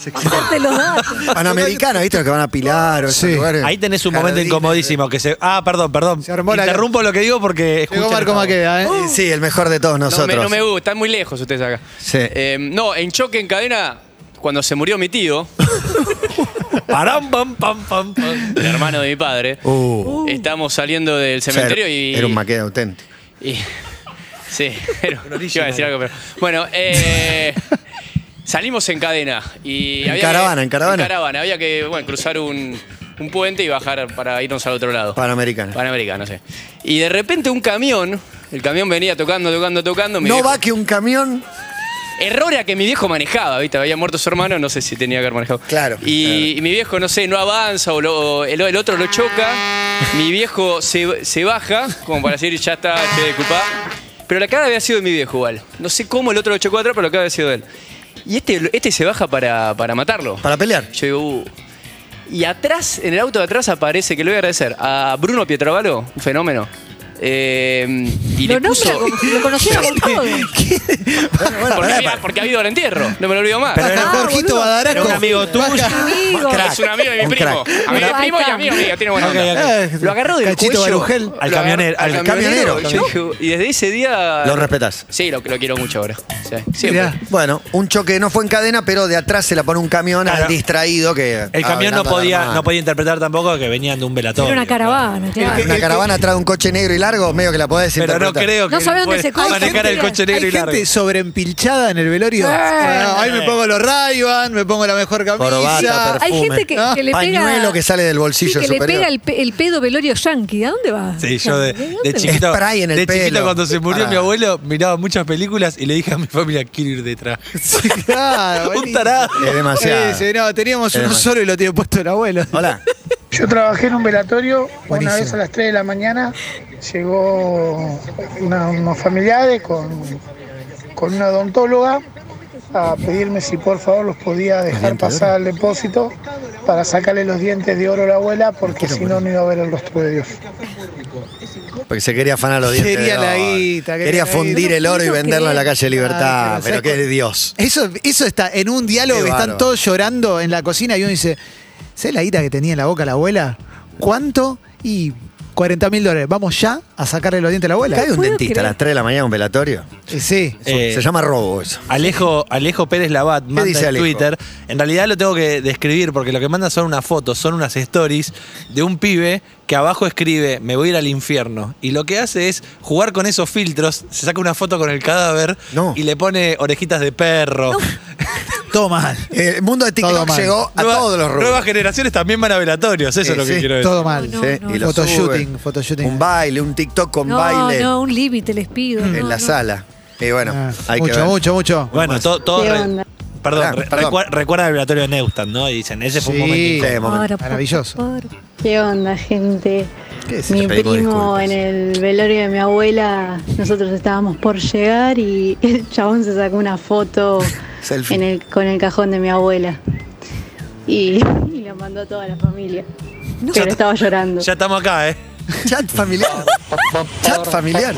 te los datos. Panamericana, ¿viste? Los que van a Pilar o esos Sí. lugares. Ahí tenés un Jardines. momento incomodísimo que se. Ah, perdón, perdón. Se armó la- Interrumpo lo que digo porque. Llegó escuchan Marco esta voz. Maqueda, ¿eh? Sí, Sí, el mejor de todos No me, nosotros. no me gusta, están muy lejos ustedes acá. Sí. Eh, no, en choque en cadena, cuando se murió mi tío, Parán, pam, pam, pam, pam. el hermano de mi padre, Uh, estábamos saliendo del o sea, cementerio y. Era un maqueda auténtico. y- sí, pero, iba a original. decir algo, pero. Bueno, eh, salimos en cadena. Y En había caravana, que- en caravana. Había que bueno, cruzar un, un puente y bajar para irnos al otro lado. Panamericana. Panamericana, sí. Y de repente un camión, el camión venía tocando, tocando, tocando. mi No viejo- va que un camión. Error era que mi viejo manejaba, ¿viste? Había muerto su hermano, no sé si tenía que haber manejado. Claro, Y, claro. y mi viejo, no sé, no avanza o, lo- o el, el otro lo choca. Mi viejo se, se baja, como para decir, ya está, che, disculpa. Pero la cara había sido de mi viejo igual. No sé cómo el otro lo chocó atrás, pero la cara había sido de él. Y este, este se baja para, para matarlo. Para pelear. Yo digo, uh. Y atrás, en el auto de atrás aparece, que le voy a agradecer, a Bruno Pietravalo, un fenómeno. Eh, y Lo le puso. nombra como si lo conociera por todo. Eh, Bueno, bueno, Porque pará, había, pará. porque ha habido el entierro, no me lo olvido más. Pero era Ah, Jorgito boludo. Badarasco. Era un amigo tuyo. Amigo. es un amigo de mi Un primo. crack. Amigo de Ahí primo y está. amigo mío, tiene buena Ok, onda. ok. Lo agarró del Cachito cuello. Eh, Barujel. Lo Al agarró- camionero, al camionero. Y yo dije- Y desde ese día. Lo respetás. Sí, lo, lo quiero mucho ahora. Sí, siempre. Mirá. Bueno, un choque no fue en cadena, pero de atrás se la pone un camión al Claro. distraído que. El camión no hablando de podía, la no podía interpretar tampoco que venían de un velatorio. Era una caravana, hermana. claro. Una caravana atrás de un coche negro y largo, medio que la podés Pero no interpretar. creo que. No sabe dónde se coge. Manejar el coche negro Hay y largo. gente sobreempilchada en el velorio. Eh. Ah, Ay, me pongo los Ray-Ban, me pongo la mejor camisa. Corbata, Ah, Hay gente que, ¿no? que le pega. Ah, Pañuelo que sale del Sí, bolsillo que le superior. pega el, pe- el pedo velorio yankee. ¿A dónde vas? Sí, yo de, ¿Dónde de vas? chiquito. Spray en el de chiquito, pelo. cuando se murió Ah. mi abuelo, miraba muchas películas y le dije a mi familia, quiero ir detrás. Sí, claro, un buenísimo. tarado. Es demasiado. Eh, dice, no, teníamos Es uno demasiado. solo y lo tiene puesto el abuelo. Hola. Yo trabajé en un velatorio, Buenísimo. una vez a las 3 de la mañana llegó una- unos familiares con, con una odontóloga a pedirme si por favor los podía dejar pasar al depósito para sacarle los dientes de oro a la abuela porque si no no iba a ver el rostro de Dios. Porque se quería afanar los dientes. Quería de la oro. guita, quería Quería la fundir guita. el oro y No venderlo en la quiero calle Libertad. Ay, pero pero ¿sabes qué Dios. Eso, eso está en un diálogo Qué que están bárbaro. todos llorando en la cocina y uno dice, ¿sabes la guita que tenía en la boca la abuela? ¿Cuánto? Y 40 mil dólares. Vamos ya a sacarle los dientes a la abuela. Cae un puedo dentista a creer. las 3 de la mañana en un velatorio. Eh, Sí. Eh, Se llama robo eso. Alejo, Alejo Pérez Labat manda dice en Alejo? Twitter. En realidad lo tengo que describir porque lo que manda son unas fotos, son unas stories de un pibe que abajo escribe me voy a ir al infierno. Y lo que hace es jugar con esos filtros, se saca una foto con el cadáver No. y le pone orejitas de perro. Todo mal. Eh, El mundo de Todo TikTok mal. llegó a Nueva- todos los Nuevas robos. generaciones también van a velatorios, eso Sí, es lo que sí, quiero decir. Todo mal. No, Eh, Sí, no, y lo Photoshooting, suben. photoshooting. Un baile, un TikTok con No, baile no, un límite les pido. en no, la no. sala. Y bueno, Ah, hay que mucho, ver. mucho, mucho. Bueno, todo. todo ¿Qué re- onda? perdón, Ah, re- perdón. recua- recuerda el velatorio de Neustadt, ¿no? Y dicen, ese fue un Sí. momento. incómodo. Sí, momento. Ahora, por Maravilloso. favor. ¿Qué onda, gente? ¿Qué es? Le Mi pedimos primo disculpas. en el velorio de mi abuela, nosotros estábamos por llegar y el chabón se sacó una foto Selfie. en el, con el cajón de mi abuela y, y la mandó a toda la familia. Pero estaba llorando. Ya estamos acá, ¿eh? Chat familiar. chat familiar.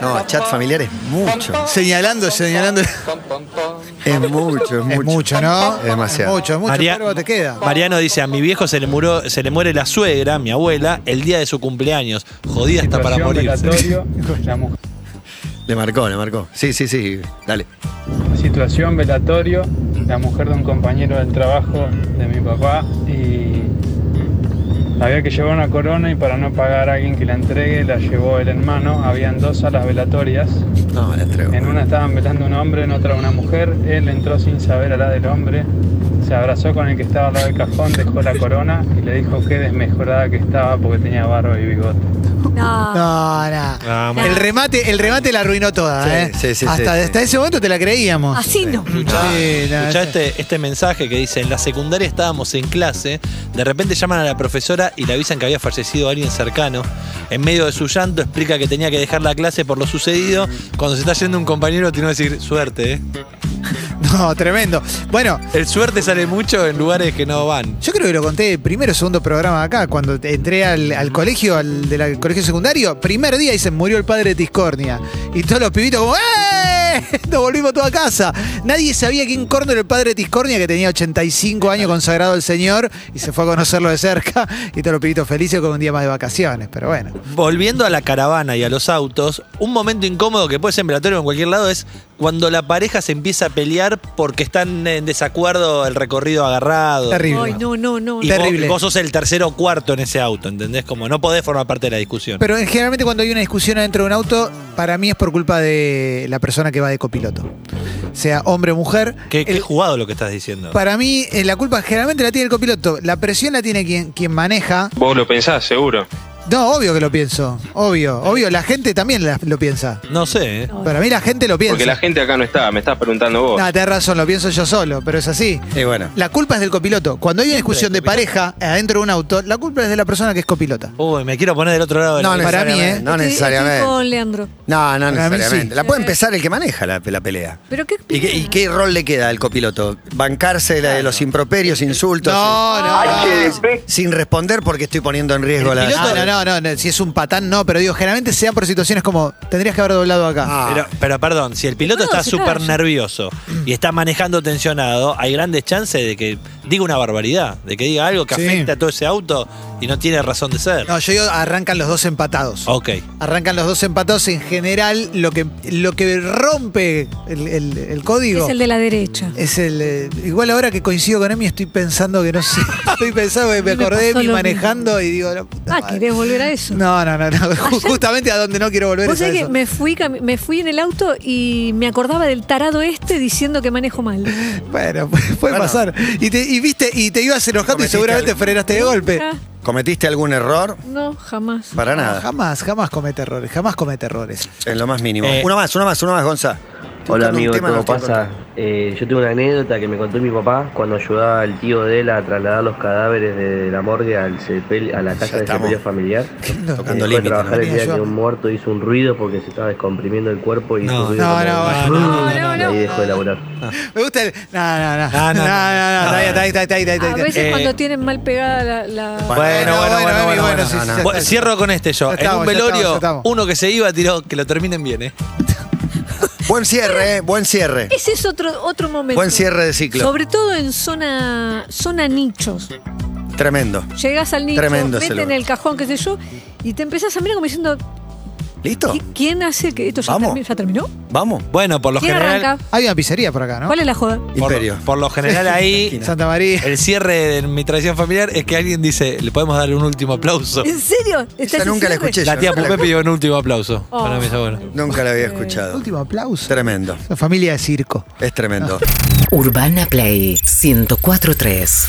No, chat familiar es mucho. Señalando, señalando. Es mucho, es mucho. Es mucho, ¿no? Es demasiado. Mucho, mucho. María- Pero te queda. Mariano dice, a mi viejo se le, muró, se le muere la suegra, mi abuela, el día de su cumpleaños. Jodida hasta para morirse. Le marcó, le marcó. Sí, sí, sí. Dale. Situación velatorio, la mujer de un compañero del trabajo de mi papá y había que llevar una corona y para no pagar a alguien que la entregue la llevó el hermano. Habían dos salas velatorias, No, la entrego. en una estaban velando un hombre, en otra una mujer. Él entró sin saber a la del hombre, se abrazó con el que estaba al lado del cajón, dejó la corona y le dijo que desmejorada que estaba porque tenía barba y bigote. No, No, no. Ah, el remate, el remate la arruinó toda, Sí, ¿eh? sí, sí, hasta, sí, sí. hasta ese momento te la creíamos. así no. Sí, no, Escuchá este, este mensaje que dice, en la secundaria estábamos en clase, de repente llaman a la profesora y le avisan que había fallecido alguien cercano. En medio de su llanto explica que tenía que dejar la clase por lo sucedido. Cuando se está yendo un compañero tiene que decir, suerte, ¿eh? no, tremendo. Bueno, El suerte sale mucho en lugares que no van. yo creo que lo conté primero o segundo programa de acá, cuando te- entré al, al colegio, al del al colegio secundario, primer día dicen murió el padre de Tiscornia. Y todos los pibitos como, ¡eh! Nos volvimos todos a casa. Nadie sabía quién corno era el padre de Tiscornia, que tenía 85 años consagrado al Señor, y se fue a conocerlo de cerca, y todos los pibitos felices con un día más de vacaciones. Pero bueno. Volviendo a la caravana y a los autos, un momento incómodo que puede ser en velatorio o en cualquier lado es cuando la pareja se empieza a pelear porque están en desacuerdo el recorrido agarrado. Terrible. Ay, no, no, no. Y no. vos- Terrible. Vos, sos el tercero o cuarto en ese auto, ¿entendés? Como no podés formar parte de la discusión. Pero eh, generalmente cuando hay una discusión adentro de un auto, para mí es por culpa de la persona que va de copiloto. Sea hombre o mujer. qué, qué el- jugado lo que estás diciendo. para mí eh, la culpa generalmente la tiene el copiloto. La presión la tiene quien, quien maneja. Vos lo pensás, seguro. No, obvio que lo pienso. Obvio, obvio. La gente también la- lo piensa. No sé, ¿eh? Para mí la gente lo piensa. Porque la gente acá no está, me estás preguntando vos. No, tenés razón, lo pienso yo solo, pero es así. Y bueno. La culpa es del copiloto. Cuando hay una discusión de pareja adentro de un auto, la culpa es de la persona que es copilota. Uy, me quiero poner del otro lado de No la mesa. para mí, necesariamente, ¿eh? No Estoy- estoy necesariamente. con Leandro. No, no Para mí necesariamente. sí. La puede empezar el que maneja la, la pelea. Pero qué ¿Y qué, y opinás? qué rol le queda al copiloto? ¿Bancarse la de los improperios, insultos? No, no. Sin responder porque estoy poniendo en riesgo la... Piloto, Ah, no, no, no, no, si es un patán, no, pero digo, generalmente se dan por situaciones como, tendrías que haber doblado acá. Pero, pero perdón, si el piloto No, está se súper calla. nervioso y está manejando tensionado, hay grandes chances de que diga una barbaridad, de que diga algo que Sí. afecta a todo ese auto y no tiene razón de ser. No, yo digo, arrancan los dos empatados. Ok. Arrancan los dos empatados en general, lo que, lo que rompe el, el- el código. Es el de la derecha. Es el. eh, igual ahora que coincido con Emi, estoy pensando que no sé. Estoy pensando que me A mí me acordé de pasó mí lo manejando y digo, la puta Ah, madre. ¿querés volver a eso? No, no, no, no. ju- Justamente a donde no quiero volver Vos es a sabés que eso. me fui, cami- me fui en el auto y me acordaba del tarado este diciendo que manejo mal. Bueno, puede pasar. Y, te, y viste, y te ibas enojando y Cometiste seguramente algo. frenaste de golpe. Ah, ¿Cometiste algún error? No, jamás. Para No, nada. jamás, jamás comete errores, jamás comete errores. En lo más mínimo. Eh. Uno más, uno más, uno más, Gonza. Estoy Hola buscando un amigo, tema, no todo estoy pasa. Eh, yo tengo una anécdota que me contó mi papá cuando ayudaba al tío de él a trasladar los cadáveres de la morgue al sepel- a la casa de estamos. sepelio familiar. encontrando- Eh, Tocando fue a límites. trabajar el Mira, día yo- que un muerto hizo un ruido porque se estaba descomprimiendo el cuerpo y hizo No, un ruido no, como- no, no, no, no, y ahí dejó de laburar. Me gusta el. No, no, no. Ah, no, No, no, no. no. Está ahí, está ahí, está ahí, está ahí, está ahí. A veces Eh, cuando tienen mal pegada la... la- Bueno, bueno, bueno, Emi, bueno, sí, no, sí, no. sí. Bueno, Cierro con este yo. Ya en estamos, un ya estamos, velorio, ya estamos. uno que se iba tiró que lo terminen bien, ¿eh? Buen cierre, eh, buen cierre. Ese es otro, otro momento. Buen cierre de ciclo. Sobre todo en zona, zona nichos. Tremendo. Llegás al nicho, Tremendo ese meten en lugar. el cajón, qué sé yo, y te empezás a mirar como diciendo, ¿Listo? "¿Qui- ¿quién hace que esto ya, Vamos. termi- ya terminó? Vamos. Bueno, por lo ¿Quién general. arranca? Hay una pizzería por acá, ¿no? ¿Cuál es la joda? Por, Imperio. por lo general ahí. Santa María. El cierre de mi tradición familiar es que alguien dice, le podemos dar un último aplauso. ¿En serio? ¿Estás Esa nunca la diciendo? escuché yo. La tía nunca la- Pupé pidió un último aplauso Oh. para mis abuelos. Nunca la había escuchado. Último aplauso. Tremendo. Una familia de circo. Es tremendo. Urbana Play 1043.